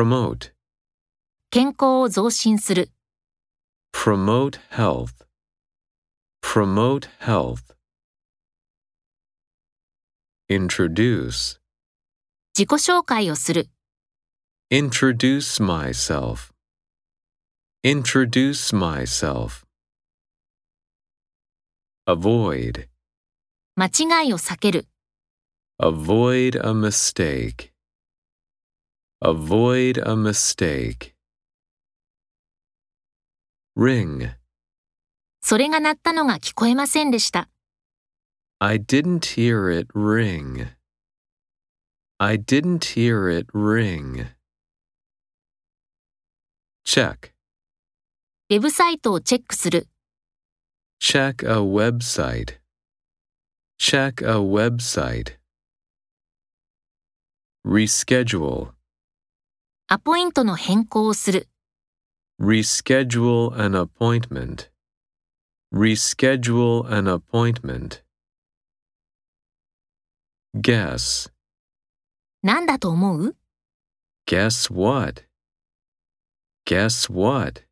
promote, 健康を増進する、 promote health, promote health. Introduce, 自己紹介をする、 introduce myself, introduce myself. Avoid, 間違いを避ける、 avoid a mistake, avoid a mistake. Ring, それが鳴ったのが聞こえませんでした。 I didn't hear it ring. I didn't hear it ring. Check. ウェブサイトをチェックする、 Check a website. Check a website. Reschedule. アポイントの変更をする、 Reschedule an appointment. Reschedule an appointment. Guess. なんだと思う Guess what? Guess what?